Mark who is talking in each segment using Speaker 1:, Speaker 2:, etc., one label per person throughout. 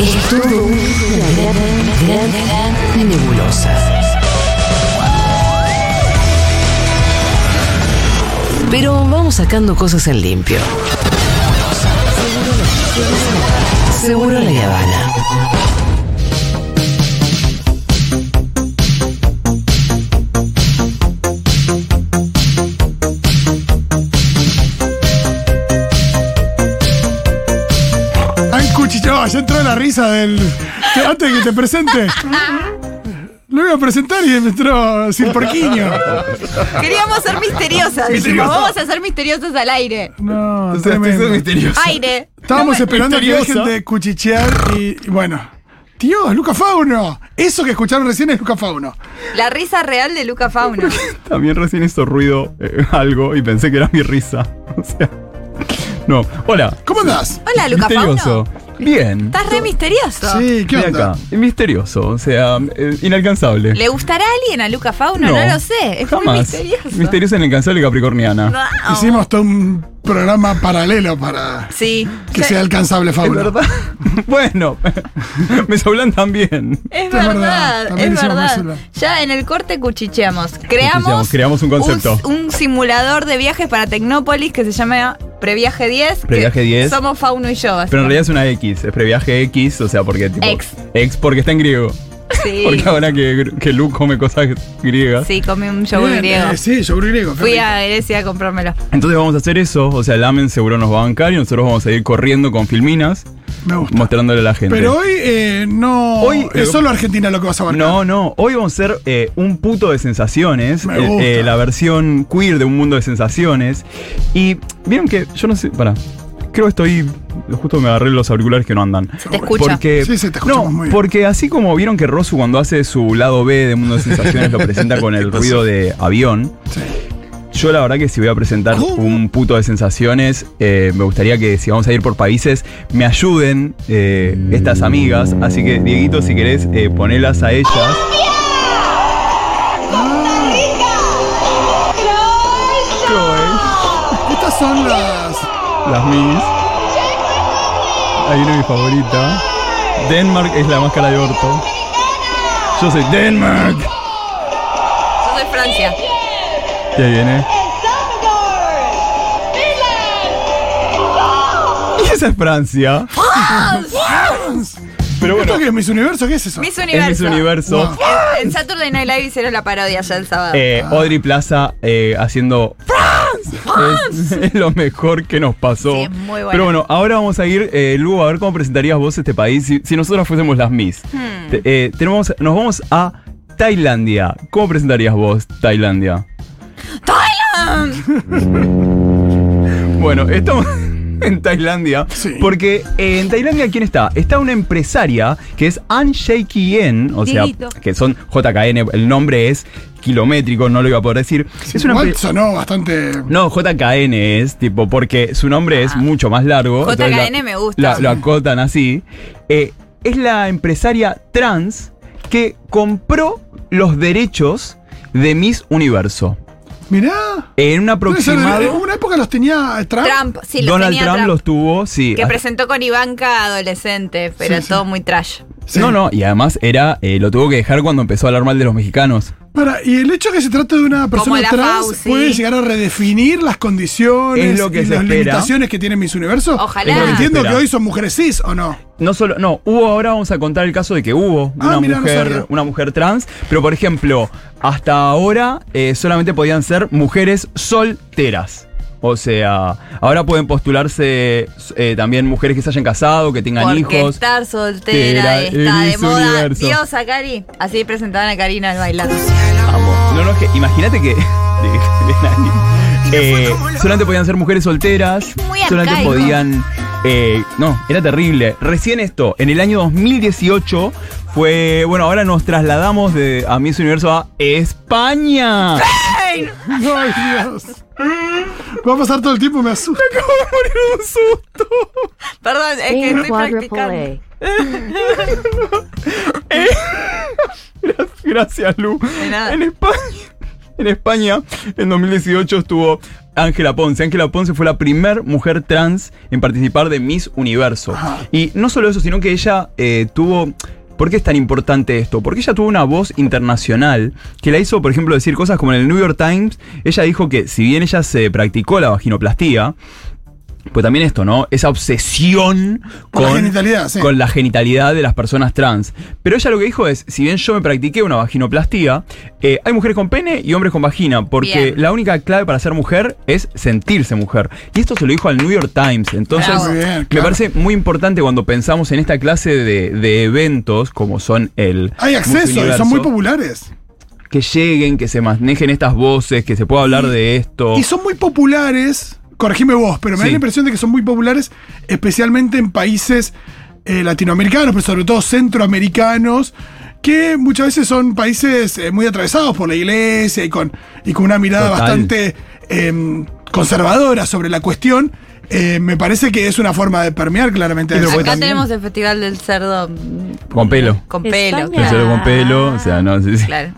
Speaker 1: Es todo una gran, gran, gran nebulosa. Pero vamos sacando cosas en limpio. Seguro la Habana.
Speaker 2: Ay, Cuchi, no, ya entró la risa del. que antes de que te presente. Lo iba a presentar y me entró sin porquiño.
Speaker 3: Queríamos ser misteriosas. Dijimos, vamos a ser misteriosas al aire.
Speaker 2: No,
Speaker 4: Eso es
Speaker 2: tremendo.
Speaker 4: misterioso.
Speaker 3: Aire.
Speaker 2: Estábamos
Speaker 3: No me-
Speaker 2: esperando que
Speaker 4: Misterioso.
Speaker 2: dejen de cuchichear y, y bueno. Tío, es Luca Fauno. Eso que escucharon recién es Luca Fauno.
Speaker 3: La risa real de Luca Fauno.
Speaker 4: También recién hizo ruido eh, algo y pensé que era mi risa. O sea. No. Hola.
Speaker 2: ¿Cómo andás?
Speaker 3: Hola, Luca
Speaker 4: misterioso.
Speaker 3: Fauno.
Speaker 4: Bien.
Speaker 3: Estás re misterioso.
Speaker 2: Sí, ¿qué
Speaker 4: Estoy
Speaker 2: onda?
Speaker 4: acá. Misterioso. O sea, eh, inalcanzable.
Speaker 3: ¿Le gustará a alguien a Luca Fauno? No, lo sé. Es muy
Speaker 4: jamás.
Speaker 3: misterioso.
Speaker 4: Misterioso inalcanzable capricorniana.
Speaker 3: Wow.
Speaker 2: Hicimos todo un programa paralelo para
Speaker 3: Sí.
Speaker 2: que
Speaker 3: Sí,
Speaker 2: sea alcanzable Fauno.
Speaker 4: bueno, me hablan también.
Speaker 3: Es
Speaker 2: verdad,
Speaker 3: verdad,
Speaker 2: también
Speaker 3: es
Speaker 2: hicimos
Speaker 3: verdad.
Speaker 2: eso.
Speaker 3: Ya en el corte cuchicheamos. Creamos,
Speaker 4: Cuchicheamos, creamos un concepto.
Speaker 3: Un, un simulador de viajes para Tecnópolis que se llama Previaje 10. que
Speaker 4: Previaje 10.
Speaker 3: Somos Fauno y yo.
Speaker 4: Pero en realidad es una X, es previaje X, o sea, porque tipo.
Speaker 3: Ex.
Speaker 4: Ex porque está en griego.
Speaker 3: Sí.
Speaker 4: Porque ahora que, que Lu come cosas griegas.
Speaker 3: Sí, comí un yogur
Speaker 2: Bien,
Speaker 3: griego.
Speaker 2: eh, sí, yogur griego. qué
Speaker 3: Fui
Speaker 2: rico.
Speaker 3: a Grecia a comprármelo.
Speaker 4: Entonces vamos a hacer eso, o sea, el Amen seguro nos va a bancar y nosotros vamos a ir corriendo con filminas,
Speaker 2: Me gusta.
Speaker 4: mostrándole a la gente.
Speaker 2: Pero hoy eh, no.
Speaker 4: Hoy-
Speaker 2: es solo Argentina lo que vas a ver.
Speaker 4: no, no, hoy vamos a ser eh, un puto de sensaciones,
Speaker 2: Me
Speaker 4: eh,
Speaker 2: gusta.
Speaker 4: eh, la versión queer de un mundo de sensaciones. Y vieron que, yo no sé, pará, creo que estoy, justo me agarré los auriculares que no andan.
Speaker 3: Te escucha.
Speaker 4: Porque,
Speaker 2: Sí, sí, te
Speaker 4: no,
Speaker 2: escuchamos muy bien.
Speaker 4: porque así como vieron que Rosu cuando hace su lado B de Mundo de Sensaciones lo presenta con el ruido de avión, yo la verdad que si voy a presentar
Speaker 2: ¿Cómo?
Speaker 4: un puto de sensaciones, eh, me gustaría que si vamos a ir por países, me ayuden eh, estas amigas. Así que, Dieguito, si querés, eh, ponelas a ellas. Chloe,
Speaker 2: Estas son las.
Speaker 4: Las mis. Hay una de mis favoritas. Denmark es la máscara de orto. Yo soy Denmark.
Speaker 3: Yo soy Francia.
Speaker 4: Y ahí viene. Y esa es Francia. Pero bueno,
Speaker 2: ¿Esto qué es Miss Universo? ¿Qué es eso?
Speaker 3: Miss
Speaker 4: es
Speaker 3: Universo.
Speaker 4: Miss Universo.
Speaker 2: Wow.
Speaker 3: En Saturday Night Live hicieron la parodia ya el sábado.
Speaker 4: Eh, Audrey Plaza eh, haciendo France, es, es lo mejor que nos pasó.
Speaker 3: Sí, es muy buena.
Speaker 4: Pero bueno, ahora vamos a ir, eh, Lu, a ver cómo presentarías vos este país si, si nosotros fuésemos las Miss.
Speaker 3: Hmm.
Speaker 4: Te- eh, tenemos, nos vamos a Tailandia. ¿Cómo presentarías vos Tailandia? ¿Ah?
Speaker 3: ¡Thailand!
Speaker 4: Bueno, estamos en Tailandia.
Speaker 2: Sí.
Speaker 4: Porque eh, en Tailandia, ¿quién está? Está una empresaria que es An Shea Kien, o sea,
Speaker 3: Dieguito.
Speaker 4: que son JKN, el nombre es kilométrico, no lo iba a poder decir. Es una
Speaker 2: Igual
Speaker 4: empre-
Speaker 2: sonó bastante.
Speaker 4: No, JKN es, tipo, porque su nombre
Speaker 3: Ah.
Speaker 4: es mucho más largo.
Speaker 3: JKN
Speaker 4: entonces la-
Speaker 3: me gusta.
Speaker 4: la- lo acotan así. Eh, es la empresaria trans que compró los derechos de Miss Universo.
Speaker 2: Mirá.
Speaker 4: En un
Speaker 2: Debe ser de-
Speaker 4: aproximado.
Speaker 2: En una época los tenía Trump.
Speaker 3: Trump, sí, lo
Speaker 4: Donald
Speaker 3: tenía
Speaker 4: Trump, los tuvo, sí.
Speaker 3: Que presentó con Ivanka adolescente, pero
Speaker 2: Sí, sí.
Speaker 3: todo muy trash.
Speaker 2: Sí.
Speaker 4: No, no, y además era, eh, lo tuvo que dejar cuando empezó a hablar mal de los mexicanos.
Speaker 2: Para, y el hecho de que se trate de una persona
Speaker 3: la
Speaker 2: trans
Speaker 3: Fauci.
Speaker 2: puede llegar a redefinir las condiciones
Speaker 4: Es lo que
Speaker 2: y
Speaker 4: se
Speaker 2: las
Speaker 4: espera.
Speaker 2: limitaciones que tiene Miss Universo.
Speaker 3: Ojalá.
Speaker 4: Es lo
Speaker 2: Porque
Speaker 4: que se
Speaker 2: entiendo que
Speaker 4: espera.
Speaker 2: hoy son mujeres cis o no.
Speaker 4: No solo, no, hubo ahora vamos a contar el caso de que hubo
Speaker 2: Ah,
Speaker 4: una
Speaker 2: mirá, no
Speaker 4: mujer,
Speaker 2: sabía.
Speaker 4: una mujer trans, pero por ejemplo, hasta ahora eh, solamente podían ser mujeres solteras. O sea, ahora pueden postularse eh, también mujeres que se hayan casado, que tengan
Speaker 3: Porque
Speaker 4: hijos.
Speaker 3: estar soltera
Speaker 4: Tera,
Speaker 3: está de
Speaker 4: Miss
Speaker 3: moda.
Speaker 4: Universo.
Speaker 3: Dios, a Cari. Así presentaban a Karina al bailar.
Speaker 4: Amo. No, no, es que imagínate que. Eh, solamente podían ser mujeres solteras.
Speaker 3: muy
Speaker 4: Solamente
Speaker 3: arcaico.
Speaker 4: podían. eh, no, era terrible. Recién esto, en el año 2018, fue. Bueno, ahora nos trasladamos de, a Miss Universo a España.
Speaker 2: Ay, Dios. Va a pasar todo el tiempo, me asusta.
Speaker 3: Perdón, es que estoy practicando.
Speaker 4: Gracias, Lu.
Speaker 3: nada.
Speaker 4: En España. En España, en 2018 estuvo Ángela Ponce. Ángela Ponce fue la primer mujer trans en participar de Miss Universo. Y no solo eso, sino que ella eh, tuvo... ¿Por qué es tan importante esto? Porque ella tuvo una voz internacional que la hizo, por ejemplo, decir cosas como en el New York Times. Ella dijo que si bien ella se practicó la vaginoplastía, pues también esto, ¿no? Esa obsesión
Speaker 2: Con
Speaker 4: con,
Speaker 2: la genitalidad, sí.
Speaker 4: con la genitalidad de las personas trans. Pero ella lo que dijo es, si bien yo me practiqué una vaginoplastía, eh, hay mujeres con pene y hombres con vagina, porque
Speaker 3: Bien.
Speaker 4: la única clave para ser mujer es sentirse mujer. Y esto se lo dijo al New York Times. Entonces,
Speaker 3: Bravo. Muy
Speaker 2: bien,
Speaker 4: me
Speaker 2: claro.
Speaker 4: parece muy importante cuando pensamos en esta clase de, de eventos, como son el...
Speaker 2: Hay
Speaker 4: Miss
Speaker 2: acceso y son muy
Speaker 4: Universo,
Speaker 2: populares.
Speaker 4: Que lleguen, que se manejen estas voces, que se pueda hablar de esto.
Speaker 2: Y son muy populares, corregime vos, pero me da
Speaker 4: Sí.
Speaker 2: la impresión de que son muy populares, especialmente en países eh, latinoamericanos, pero sobre todo centroamericanos, que muchas veces son países eh, muy atravesados por la iglesia y con, y con una mirada
Speaker 4: Total.
Speaker 2: bastante eh, conservadora sobre la cuestión. Eh, me parece que es una forma de permear claramente. eso.
Speaker 3: Acá tenemos el Festival del Cerdo mm,
Speaker 4: Con pelo.
Speaker 3: con pelo.
Speaker 4: El
Speaker 3: claro.
Speaker 4: cerdo con pelo, o sea, no sé.
Speaker 3: Claro.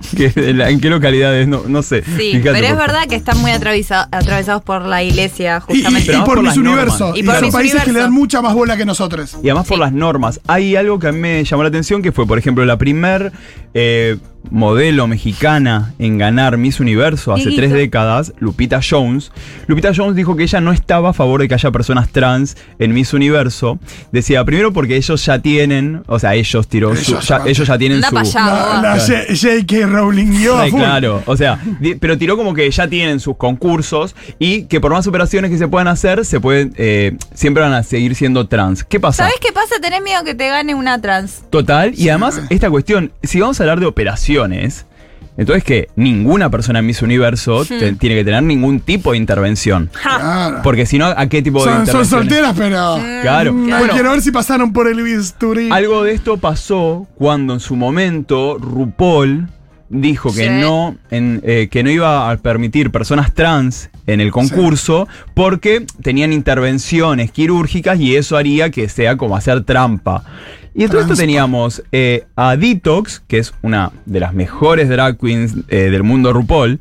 Speaker 4: ¿En qué localidades? No, no sé.
Speaker 3: Sí,
Speaker 4: Fíjate,
Speaker 3: pero es
Speaker 4: por favor.
Speaker 3: verdad que están muy atravesa- atravesados por la iglesia,
Speaker 2: Y, y- y
Speaker 3: justamente.
Speaker 4: Pero vamos
Speaker 2: por
Speaker 4: por
Speaker 2: mis
Speaker 4: las normas.
Speaker 2: universos.
Speaker 3: Y
Speaker 2: Y,
Speaker 3: por
Speaker 2: son
Speaker 3: Miss
Speaker 2: países que le
Speaker 3: Universo.
Speaker 2: dan mucha más bola que nosotros.
Speaker 4: Y además por
Speaker 3: Sí.
Speaker 4: las normas. Hay algo que a mí me llamó la atención que fue, por ejemplo, la primer eh, modelo mexicana en ganar Miss Universo hace
Speaker 3: Dieguito.
Speaker 4: tres décadas, Lupita Jones. Lupita Jones dijo que ella no estaba a favor de que haya personas trans en Miss Universo. Decía, primero porque ellos ya tienen, o sea, ellos tiró, su-
Speaker 2: Ellos,
Speaker 4: ya-
Speaker 2: aparte.
Speaker 4: ellos ya tienen
Speaker 3: Anda
Speaker 4: su...
Speaker 3: pa' allá.
Speaker 2: La, la J- J.K. Rowling guió a
Speaker 4: Ay,
Speaker 2: full.
Speaker 4: claro, o sea, di- pero tiró como que ya tienen sus concursos y que por más operaciones que se puedan hacer, se pueden, eh, siempre van a seguir siendo trans. ¿Qué pasa?
Speaker 3: ¿Sabes qué pasa? Tenés miedo que te gane una trans.
Speaker 4: Total, y además esta cuestión, si vamos a hablar de operaciones, entonces que ninguna persona en Miss Universo te- tiene que tener ningún tipo de intervención.
Speaker 2: Claro.
Speaker 4: Porque si no, ¿a qué tipo de
Speaker 2: Son, son
Speaker 4: intervención?
Speaker 2: solteras, pero.
Speaker 4: Claro.
Speaker 2: Mm,
Speaker 4: Bueno,
Speaker 2: Quiero ver si pasaron por el bisturí.
Speaker 4: Algo de esto pasó cuando en su momento RuPaul dijo que
Speaker 3: Sí.
Speaker 4: no en, eh, que no iba a permitir personas trans en el concurso porque tenían intervenciones quirúrgicas y eso haría que sea como hacer trampa. Y en todo esto
Speaker 2: Transpa.
Speaker 4: teníamos eh, a Detox, que es una de las mejores drag queens eh, del mundo RuPaul,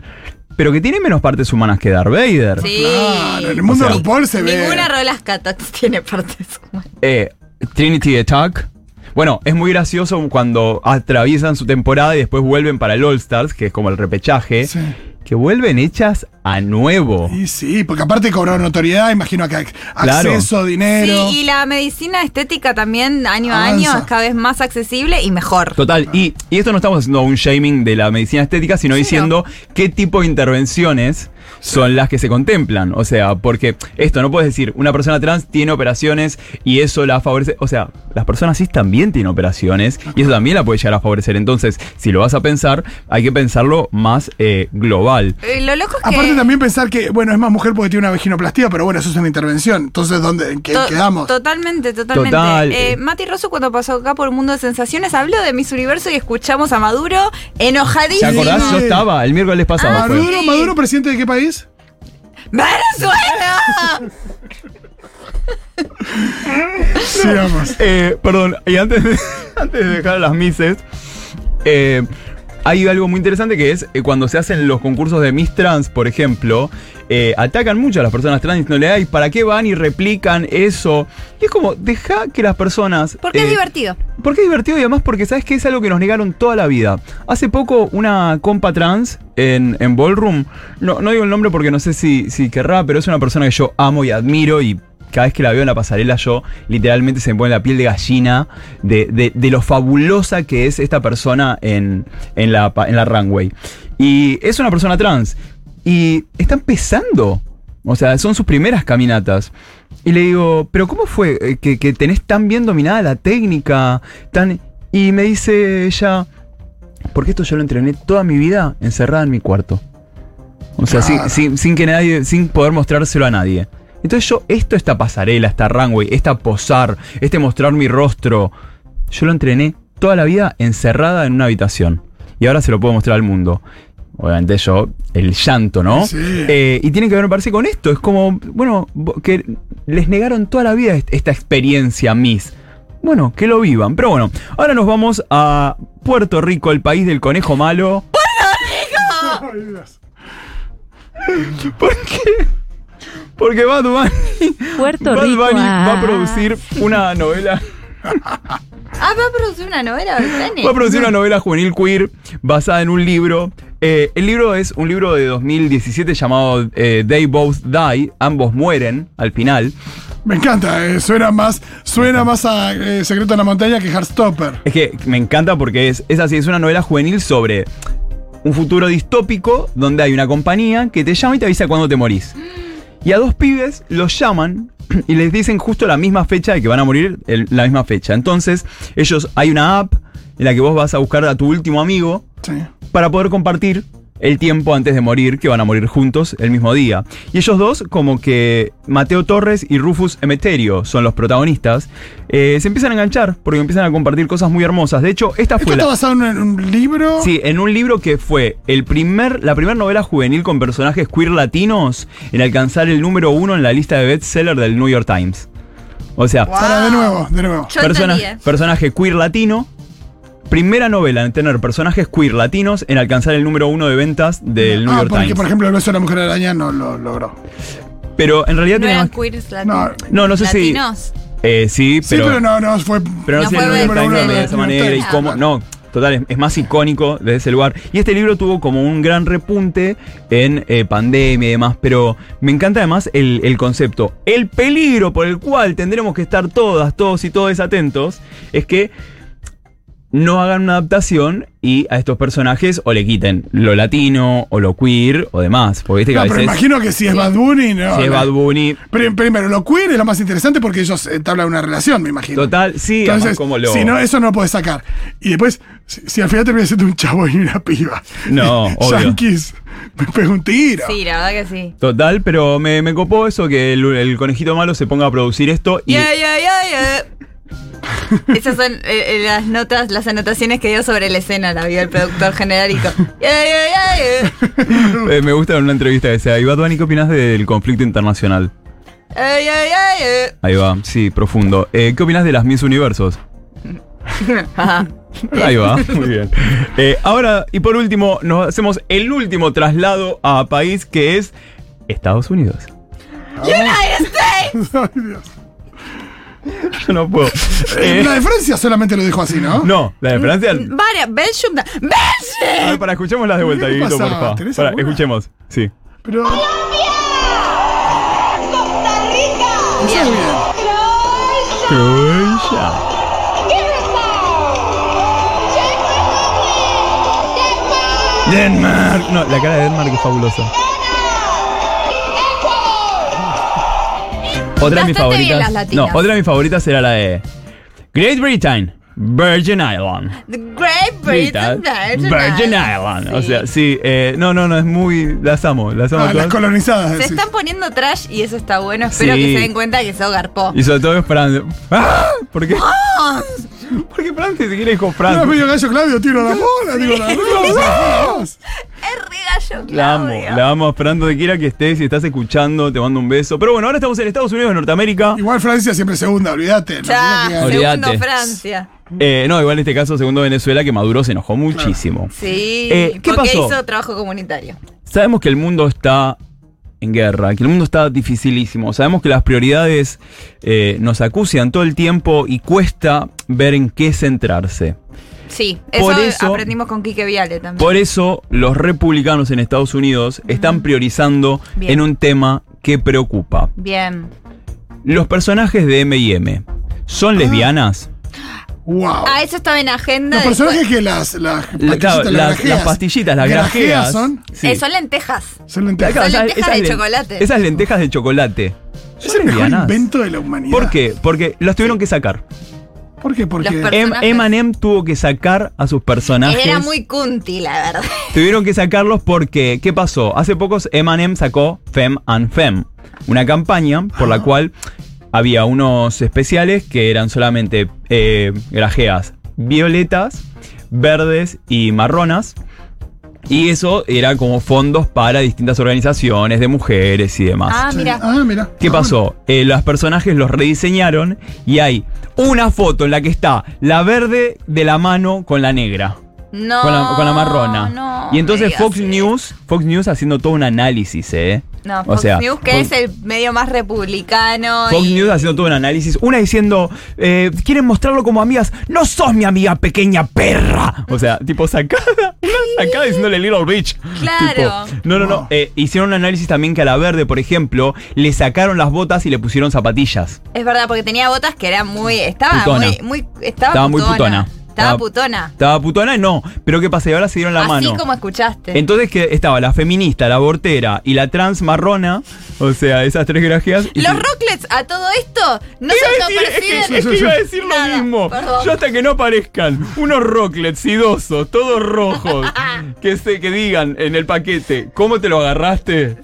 Speaker 4: pero que tiene menos partes humanas que Darth Vader.
Speaker 3: Sí.
Speaker 2: Claro, en el mundo
Speaker 4: O sea,
Speaker 2: de RuPaul se ve.
Speaker 3: Ninguna Rolas Catax tiene partes humanas.
Speaker 4: Eh, Trinity Attack. Bueno, es muy gracioso cuando atraviesan su temporada y después vuelven para el All Stars, que es como el repechaje,
Speaker 2: Sí.
Speaker 4: que vuelven hechas a nuevo.
Speaker 2: Y sí, porque aparte cobraron notoriedad, imagino que ac-
Speaker 4: Claro.
Speaker 2: acceso, dinero.
Speaker 3: Sí, y la medicina estética también año a
Speaker 2: Avanza.
Speaker 3: año es cada vez más accesible y mejor.
Speaker 4: Total, y, y esto no estamos haciendo un shaming de la medicina estética, sino
Speaker 3: Sí,
Speaker 4: diciendo qué tipo de intervenciones son las que se contemplan. O sea, porque esto no puedes decir, una persona trans tiene operaciones y eso la favorece. O sea, las personas cis también tienen operaciones y eso también la puede llegar a favorecer. Entonces, si lo vas a pensar, hay que pensarlo más eh, global.
Speaker 3: Eh, Lo loco es que
Speaker 2: Aparte también pensar que, bueno, es más mujer porque tiene una vaginoplastía, pero bueno, eso es una intervención. Entonces, ¿dónde en qué
Speaker 3: to-
Speaker 2: quedamos?
Speaker 3: Totalmente, totalmente.
Speaker 4: Total.
Speaker 3: Eh, Mati Rosso cuando pasó acá por el Mundo de Sensaciones habló de Miss Universo y escuchamos a Maduro
Speaker 4: ¿Te
Speaker 3: enojadísimo.
Speaker 4: acordás? Yo
Speaker 2: Sí. Ah,
Speaker 4: estaba el miércoles pasado. fue.
Speaker 2: Maduro,
Speaker 3: sí.
Speaker 2: Maduro, presidente de qué país?
Speaker 3: ¡Venezuela!
Speaker 2: Sigamos.
Speaker 4: Eh, perdón, y antes de, antes de dejar a las mises, eh, hay algo muy interesante que es eh, cuando se hacen los concursos de Miss Trans, por ejemplo, eh, atacan mucho a las personas trans y no le hay, ¿para qué van y replican eso? Y es como, deja que las personas...
Speaker 3: Porque es
Speaker 4: eh,
Speaker 3: divertido.
Speaker 4: Porque es divertido y además porque sabes que es algo que nos negaron toda la vida. Hace poco una compa trans en, en Ballroom, no, no digo el nombre porque no sé si, si querrá, pero es una persona que yo amo y admiro y cada vez que la veo en la pasarela yo literalmente se me pone la piel de gallina de, de- de lo fabulosa que es esta persona en, en, la, pa- en la runway. Y es una persona trans y está empezando. O sea, son sus primeras caminatas. Y le digo, ¿pero cómo fue eh, que, que tenés tan bien dominada la técnica? Tan... Y me dice ella, porque esto yo lo entrené toda mi vida encerrada en mi cuarto. O sea, sin-
Speaker 2: Claro.
Speaker 4: sin, sin que nadie, sin poder mostrárselo a nadie. Entonces yo, esto, esta pasarela, esta runway, esta posar, este mostrar mi rostro, yo lo entrené toda la vida encerrada en una habitación. Y ahora se lo puedo mostrar al mundo. Obviamente yo, el llanto, ¿no?
Speaker 2: Sí.
Speaker 4: Eh, y tiene que ver, me parece, con esto. Es como, bueno, bo- que les negaron toda la vida est- esta experiencia, Miss. Bueno, que lo vivan. Pero bueno, ahora nos
Speaker 3: Ah.
Speaker 4: vamos a Puerto Rico, el país del conejo malo. ¿Por qué? Porque Bad Bunny,
Speaker 5: Puerto
Speaker 4: Bad
Speaker 5: Rico.
Speaker 4: Bunny va a
Speaker 5: ah.
Speaker 4: producir una novela.
Speaker 3: Ah, va a producir una novela
Speaker 4: Va
Speaker 3: británica.
Speaker 4: a producir una novela juvenil queer basada en un libro. Eh, el libro es un libro de 2017 llamado eh, They Both Die, ambos mueren al final.
Speaker 2: Me encanta, eh, suena más, suena más a eh, Secreto en la Montaña que Heartstopper.
Speaker 4: Es que me encanta porque es, es así, es una novela juvenil sobre un futuro distópico donde hay una compañía que te llama y te avisa cuándo te morís. Y a dos pibes los llaman y les dicen justo la misma fecha de que van a morir, el- la misma fecha. Entonces, ellos, hay una app en la que vos vas a buscar a tu último amigo
Speaker 2: Sí.
Speaker 4: para poder compartir el tiempo antes de morir, que van a morir juntos el mismo día. Y ellos dos, como que Mateo Torres y Rufus Emeterio son los protagonistas, eh, se empiezan a enganchar porque empiezan a compartir cosas muy hermosas. De hecho, esta
Speaker 2: Esto
Speaker 4: fue
Speaker 2: está
Speaker 4: la...
Speaker 2: basado en un, en un libro.
Speaker 4: Sí, en un libro que fue el primer, la primera novela juvenil con personajes queer latinos en alcanzar el número uno en la lista de bestseller del New York Times. O sea,
Speaker 2: Para, de nuevo, de nuevo.
Speaker 3: Yo
Speaker 4: persona-
Speaker 3: entendí, eh.
Speaker 4: personaje queer latino. Primera novela en tener personajes queer latinos en alcanzar el número uno de ventas del New
Speaker 2: ah,
Speaker 4: York
Speaker 2: porque
Speaker 4: Times.
Speaker 2: por ejemplo el beso de la mujer araña no lo logró.
Speaker 4: Pero en realidad
Speaker 3: No
Speaker 4: tiene
Speaker 3: eran
Speaker 4: más.
Speaker 3: queers lati-
Speaker 2: No.
Speaker 4: No, no sé si-
Speaker 3: latinos.
Speaker 4: Eh, sí,
Speaker 2: Sí,
Speaker 4: pero.
Speaker 2: pero, no, no, fue.
Speaker 4: pero no
Speaker 3: No
Speaker 4: sé si
Speaker 3: fue
Speaker 4: el New York
Speaker 3: verdad.
Speaker 4: Times lo
Speaker 3: Bueno,
Speaker 4: de esa
Speaker 2: New York
Speaker 4: manera y
Speaker 2: Times,
Speaker 4: cómo.
Speaker 2: claro.
Speaker 4: No, total, es, es más icónico desde ese lugar. Y este libro tuvo como un gran repunte en eh, pandemia y demás, pero me encanta además el, el concepto. El peligro por el cual tendremos que estar todas, todos y todos atentos es que no hagan una adaptación y a estos personajes o le quiten lo latino o lo queer o demás. Porque viste que
Speaker 2: No,
Speaker 4: a
Speaker 2: pero
Speaker 4: veces.
Speaker 2: imagino que si es Bad Bunny, no.
Speaker 4: si es
Speaker 2: no.
Speaker 4: Bad Bunny.
Speaker 2: Pero primero, lo queer es lo más interesante porque ellos entablan una relación, me imagino.
Speaker 4: Total, sí, además
Speaker 2: Entonces,
Speaker 4: como lo.
Speaker 2: si no, eso no lo puedes sacar. Y después, si, si al final termina siendo un chavo y una piba.
Speaker 4: No, obvio.
Speaker 2: Yankees, me pega un tiro.
Speaker 3: Sí, la verdad que sí.
Speaker 4: Total, pero me, me copó eso que el, el conejito malo se ponga a producir esto y
Speaker 3: Yeah, yeah, yeah, yeah. Esas son eh, eh, las notas, las anotaciones que dio sobre la escena, la vio el productor genérico. Yeah, yeah, yeah, yeah.
Speaker 4: eh, me gusta en una entrevista que sea. Y Bad Bunny, ¿qué opinas del conflicto internacional?
Speaker 3: Yeah, yeah, yeah, yeah.
Speaker 4: Ahí va, sí, profundo. Eh, ¿Qué opinas de las Miss Universos?
Speaker 3: Ajá.
Speaker 4: Ahí va, muy bien. Eh, ahora, y por último, nos hacemos el último traslado a país que es Estados Unidos.
Speaker 3: United States.
Speaker 2: Ay, Dios.
Speaker 4: Yo no puedo. Eh,
Speaker 2: La de Francia solamente lo dijo así, ¿no?
Speaker 4: no, la de Francia.
Speaker 3: Varias. Belgium. da-
Speaker 4: A
Speaker 3: Belgium.
Speaker 4: ver, para, escuchémoslas de vuelta,
Speaker 2: ¿Qué
Speaker 4: Guito, por
Speaker 2: pasa?
Speaker 4: favor.
Speaker 2: ¿Tenés
Speaker 4: Para,
Speaker 2: alguna?
Speaker 4: escuchemos. Sí.
Speaker 2: Pero.
Speaker 3: Bien.
Speaker 2: Muy bien.
Speaker 4: Croacia. Denmark. No, la cara de Denmark es fabulosa. Otra de mis
Speaker 3: Bastante bien las
Speaker 4: favoritas. No,
Speaker 3: latinas.
Speaker 4: otra de mis favoritas era la de Great Britain, Virgin Island.
Speaker 3: The Great Britain. Virgin
Speaker 4: Virgin
Speaker 3: Islands.
Speaker 4: Island. O
Speaker 3: Sí.
Speaker 4: sea, sí, eh, no, no, no, es muy. Las amo, las amo
Speaker 2: Ah, las
Speaker 4: todas.
Speaker 2: colonizadas.
Speaker 3: Se
Speaker 2: decís.
Speaker 3: están poniendo trash y eso está bueno. Espero
Speaker 4: Sí.
Speaker 3: que se den cuenta que eso garpó.
Speaker 4: Y sobre todo es Francia. ¡Ah! ¿Por qué? Porque Francia ni siquiera dijo
Speaker 3: Ah,
Speaker 2: No, es
Speaker 4: Francia.
Speaker 2: medio gallo Claudio, tiro la bola, digo la rosa.
Speaker 3: Es re gallo,
Speaker 4: La amo,
Speaker 3: Claudio.
Speaker 4: la amo, Fran, donde quiera que estés, si estás escuchando, te mando un beso. Pero bueno, ahora estamos en Estados Unidos, en Norteamérica.
Speaker 2: Igual Francia siempre segunda, olvídate. no
Speaker 3: Ya,
Speaker 2: tiene que-
Speaker 4: Olvídate.
Speaker 3: segundo Francia.
Speaker 4: Eh, no, igual en este caso, segundo Venezuela, que Maduro se enojó muchísimo.
Speaker 3: Sí,
Speaker 4: Eh, ¿qué
Speaker 3: porque
Speaker 4: pasó?
Speaker 3: hizo trabajo comunitario.
Speaker 4: Sabemos que el mundo está en guerra, que el mundo está dificilísimo. Sabemos que las prioridades eh, nos acucian todo el tiempo y cuesta ver en qué centrarse.
Speaker 3: Sí, eso,
Speaker 4: Por eso-
Speaker 3: aprendimos con Quique Viale también.
Speaker 4: Por eso los republicanos en Estados Unidos están priorizando
Speaker 3: Bien.
Speaker 4: en un tema que preocupa.
Speaker 3: Bien.
Speaker 4: Los personajes de M&M
Speaker 2: Ah.
Speaker 4: son lesbianas.
Speaker 2: Wow.
Speaker 3: Ah, eso estaba en agenda.
Speaker 2: Los
Speaker 3: después-
Speaker 2: personajes que las, las
Speaker 4: La-
Speaker 2: pastillitas,
Speaker 4: claro,
Speaker 2: las,
Speaker 4: las,
Speaker 2: grajeas,
Speaker 4: las pastillitas, las
Speaker 2: grajeas
Speaker 4: grajeas.
Speaker 2: son.
Speaker 4: Sí.
Speaker 3: Eh, son lentejas.
Speaker 2: Son lentejas.
Speaker 4: Claro,
Speaker 3: son lentejas de
Speaker 4: len-
Speaker 3: chocolate.
Speaker 4: Esas lentejas de chocolate.
Speaker 2: Es el mejor
Speaker 4: lesbianas?
Speaker 2: invento de la humanidad.
Speaker 4: ¿Por qué? Porque las tuvieron que sacar.
Speaker 2: ¿Por qué? Porque
Speaker 3: Los per-
Speaker 4: Em-
Speaker 3: Personajes.
Speaker 4: Eminem tuvo que sacar a sus personajes.
Speaker 3: Era muy cunti, la verdad.
Speaker 4: Tuvieron que sacarlos porque, ¿qué pasó? Hace pocos Eminem sacó Fem and Fem, una campaña por
Speaker 3: Ah.
Speaker 4: la cual había unos especiales que eran solamente eh, grajeas violetas, verdes y marronas. Y eso era como fondos para distintas organizaciones de mujeres y demás.
Speaker 3: Ah, mira.
Speaker 2: Ah, mira.
Speaker 4: ¿Qué pasó? Eh, los personajes los rediseñaron y hay una foto en la que está la verde de la mano con la negra.
Speaker 3: No,
Speaker 4: con, la, con la marrona.
Speaker 3: no
Speaker 4: y entonces
Speaker 3: me digas
Speaker 4: Fox
Speaker 3: eso.
Speaker 4: News, Fox News haciendo todo un análisis, ¿eh?
Speaker 3: No, Fox
Speaker 4: o sea,
Speaker 3: News, que es
Speaker 4: Fox-
Speaker 3: el medio más republicano.
Speaker 4: Fox
Speaker 3: y-
Speaker 4: News haciendo todo un análisis. Una diciendo, eh, quieren mostrarlo como amigas. No sos mi amiga pequeña perra. O sea, tipo sacada. una Sacada diciéndole Little Bitch.
Speaker 3: Claro.
Speaker 4: Tipo, no, no, no. Eh, hicieron un análisis también que a la verde, por ejemplo, le sacaron las botas y le pusieron zapatillas.
Speaker 3: Es verdad, porque tenía botas que era muy. Estaba
Speaker 4: Putona.
Speaker 3: muy. muy estaba,
Speaker 4: Estaba muy putona.
Speaker 3: Estaba putona.
Speaker 4: Estaba putona, no. Pero ¿qué pasa? Y ahora se dieron la
Speaker 3: Así
Speaker 4: mano.
Speaker 3: como escuchaste.
Speaker 4: Entonces que estaba la feminista, la abortera y la trans marrona, o sea, esas tres grajeas. y-
Speaker 3: Los Rocklets a todo esto no
Speaker 4: Iba
Speaker 3: se
Speaker 4: a decir- es que-
Speaker 3: autoperciben.
Speaker 4: es que iba a decir lo
Speaker 3: Nada,
Speaker 4: mismo.
Speaker 3: perdón.
Speaker 4: Yo hasta que no aparezcan unos rocklets idosos, todos rojos, que, se, que digan en el paquete, ¿cómo te lo agarraste?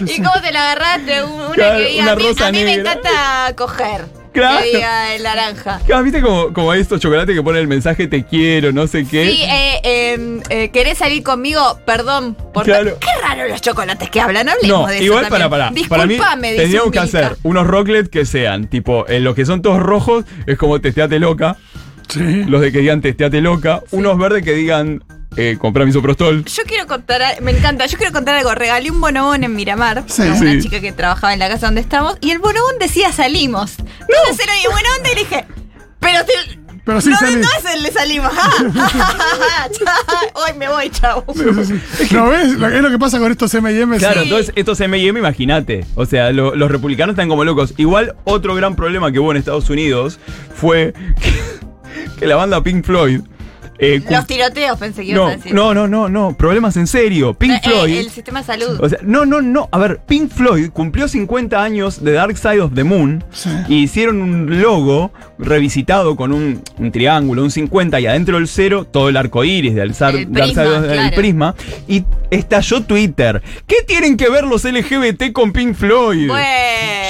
Speaker 3: ¿Y cómo te la agarraste? Un- Una
Speaker 4: Claro,
Speaker 3: que diga,
Speaker 4: una
Speaker 3: a mí,
Speaker 4: rosa
Speaker 3: a mí me
Speaker 4: negra.
Speaker 3: encanta coger.
Speaker 4: Claro.
Speaker 3: Que diga el naranja.
Speaker 4: Ah, ¿Viste como, como estos chocolates que ponen el mensaje te quiero, no sé qué?
Speaker 3: Sí, eh, eh, eh, ¿querés salir conmigo? Perdón. Por
Speaker 4: Claro.
Speaker 3: Qué raro los chocolates que hablan. Hablemos
Speaker 4: No,
Speaker 3: de eso
Speaker 4: igual para,
Speaker 3: también.
Speaker 4: para. Para mí,
Speaker 3: Disculpame, dice
Speaker 4: tendríamos que
Speaker 3: Milka.
Speaker 4: hacer unos rocklets que sean, tipo, en los que son todos rojos, es como testeate loca.
Speaker 2: Sí.
Speaker 4: Los de que digan testeate loca. Unos verdes que digan, eh, comprá mi soprostol.
Speaker 3: Yo quiero contar, a- me encanta, yo quiero contar algo. Regalé un bonobón en Miramar
Speaker 2: Sí.
Speaker 3: a una
Speaker 4: Sí.
Speaker 3: chica que trabajaba en la casa donde estamos y el bonobón decía salimos. No. se lo di buena onda y le dije, pero te-
Speaker 2: Pero sí
Speaker 3: no,
Speaker 2: salís.
Speaker 3: no es el le salimos. Ah, Hoy ah, me voy, chau.
Speaker 2: ¿No ves? Lo- Es lo que pasa con estos MMs.
Speaker 4: Claro,
Speaker 3: Sí.
Speaker 4: entonces estos M&M, imagínate. O sea, lo- los republicanos están como locos. Igual otro gran problema que hubo en Estados Unidos fue que, que la banda Pink Floyd... eh, cu-
Speaker 3: Los tiroteos pensé que ibas
Speaker 4: no,
Speaker 3: a decir.
Speaker 4: no, no, no, no, problemas en serio. Pink
Speaker 3: Eh, eh,
Speaker 4: Floyd...
Speaker 3: el sistema de salud.
Speaker 4: O sea, no, no, no. A ver, Pink Floyd cumplió 50 años de Dark Side of the Moon
Speaker 2: Sí.
Speaker 4: y hicieron un logo revisitado con un, un triángulo, un 50 y adentro el cero, todo el arco iris del zar-
Speaker 3: El
Speaker 4: Dark Side
Speaker 3: prisma,
Speaker 4: of the- el
Speaker 3: claro.
Speaker 4: prisma. Y estalló Twitter. ¿Qué tienen que ver los LGBT con Pink Floyd?
Speaker 3: Bueno.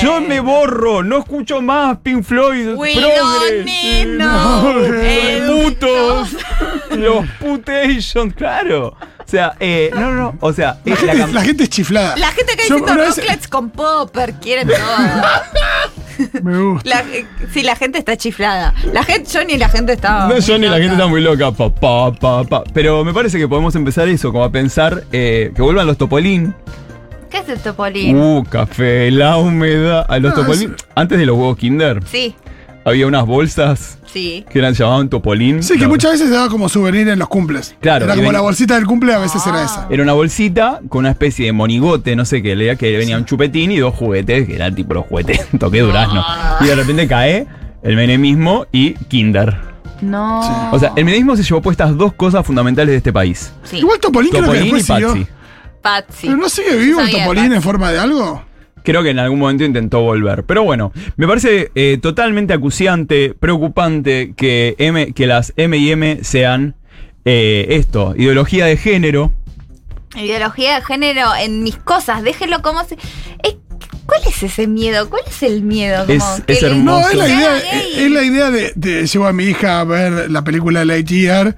Speaker 4: Yo me borro, no escucho más Pink Floyd.
Speaker 3: We
Speaker 4: progre.
Speaker 3: don't need no
Speaker 4: Los putos.
Speaker 3: educación.
Speaker 4: Los putations, claro. O sea, eh, no, no, no, o sea,
Speaker 2: La
Speaker 4: es la
Speaker 2: gente,
Speaker 4: cam-
Speaker 2: la gente es chiflada.
Speaker 3: La gente que
Speaker 2: Yo
Speaker 3: dice
Speaker 2: una vez-
Speaker 3: rocklets con popper quieren todo.
Speaker 2: Me gusta.
Speaker 3: La, eh, sí, la gente está chiflada. La gente, yo ni la gente estaba.
Speaker 4: No,
Speaker 3: muy
Speaker 4: yo ni la
Speaker 3: loca.
Speaker 4: gente está muy loca. Pa, pa, pa, pa. Pero me parece que podemos empezar eso, como a pensar eh, que vuelvan los Topolín.
Speaker 3: ¿Qué es el topolín?
Speaker 4: Uh, café, la humedad. A los
Speaker 2: No,
Speaker 4: Topolín. Antes de los huevos Kinder,
Speaker 3: Sí,
Speaker 4: había unas bolsas
Speaker 3: sí.
Speaker 4: que eran llamadas Topolín.
Speaker 2: Sí, que
Speaker 4: Claro.
Speaker 2: muchas veces se daba como souvenir en los cumples.
Speaker 4: Claro,
Speaker 2: Era
Speaker 4: y
Speaker 2: como
Speaker 4: ven-
Speaker 2: la bolsita del cumple, a veces
Speaker 3: Ah.
Speaker 2: era esa.
Speaker 4: Era una bolsita con una especie de monigote, no sé qué, leía que venía un chupetín y dos juguetes, que eran tipo los juguetes, toque durazno. Y de repente cae el menemismo y Kinder.
Speaker 3: No.
Speaker 4: O sea, el menemismo se llevó puestas dos cosas fundamentales de este país.
Speaker 3: Sí.
Speaker 2: Igual Topolín, creo que
Speaker 4: Topolín y
Speaker 2: después siguió.
Speaker 4: Patsy.
Speaker 3: Patsy.
Speaker 2: Pero no sigue vivo el
Speaker 3: Sabía,
Speaker 2: Topolín
Speaker 3: Patsy.
Speaker 2: en forma de algo.
Speaker 4: Creo que en algún momento intentó volver. Pero bueno, me parece eh, totalmente acuciante, preocupante que, M, que las M&M sean eh, esto, ideología de género.
Speaker 3: Ideología de género en mis cosas. Déjelo como se. Eh, ¿Cuál es ese miedo? ¿Cuál es el miedo? Como
Speaker 4: Es-
Speaker 3: que
Speaker 4: es eh,
Speaker 3: le-
Speaker 4: hermoso.
Speaker 2: No, es la
Speaker 3: sea
Speaker 2: idea,
Speaker 3: gay.
Speaker 2: es la idea de, de llevo a mi hija a ver la película Lightyear.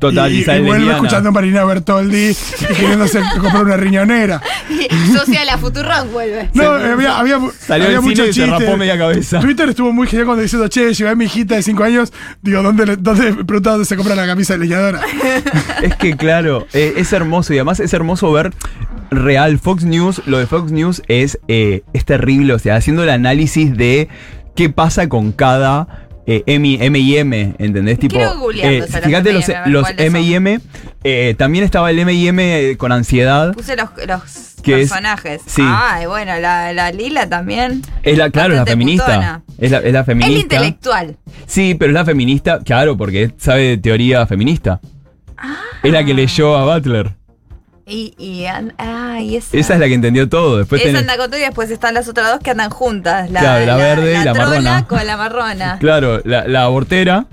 Speaker 4: Total,
Speaker 2: y,
Speaker 4: y,
Speaker 2: y
Speaker 4: sale
Speaker 2: vuelve
Speaker 4: lesbiana.
Speaker 2: escuchando a Marina Bertoldi y queriéndose comprar una riñonera.
Speaker 3: Socia la Futurón vuelve.
Speaker 2: No, había, había,
Speaker 4: Salió
Speaker 2: había
Speaker 4: del
Speaker 2: mucho
Speaker 4: cine y se
Speaker 2: chiste.
Speaker 4: rapó media cabeza.
Speaker 2: Twitter estuvo muy genial cuando diciendo, che, llevé a mi hijita de 5 años. Digo, ¿dónde, le- dónde, pregunta dónde se compra la camisa de leñadora?
Speaker 4: Es que claro, eh, es hermoso y además es hermoso ver real Fox News. Lo de Fox News es, eh, es terrible, o sea, haciendo el análisis de qué pasa con cada eh, M y M, ¿entendés? Tipo, eh,
Speaker 3: Quiero googlearlos a los
Speaker 4: fíjate los,
Speaker 3: M&M, a ver
Speaker 4: los
Speaker 3: cuáles son.
Speaker 4: M y M, eh, también estaba el M y M eh, con ansiedad.
Speaker 3: Puse los, los
Speaker 4: Que es-
Speaker 3: personajes.
Speaker 4: sí.
Speaker 3: Ay, bueno, la, la Lila también.
Speaker 4: Es la, claro, es la
Speaker 3: Bastante
Speaker 4: feminista.
Speaker 3: putona.
Speaker 4: Es la, es la
Speaker 3: El
Speaker 4: feminista.
Speaker 3: intelectual.
Speaker 4: Sí, pero es la feminista, claro, porque sabe de teoría feminista.
Speaker 3: Ah.
Speaker 4: Es la que leyó a Butler.
Speaker 3: Y, y, an- ay, esa.
Speaker 4: Esa es la que entendió todo. Después
Speaker 3: Esa
Speaker 4: tenés-
Speaker 3: anda con todo y después pues, están las otras dos que andan juntas. La,
Speaker 4: Claro, la verde y la
Speaker 3: trola
Speaker 4: marrona.
Speaker 3: con la marrona.
Speaker 4: Claro, la, la abortera.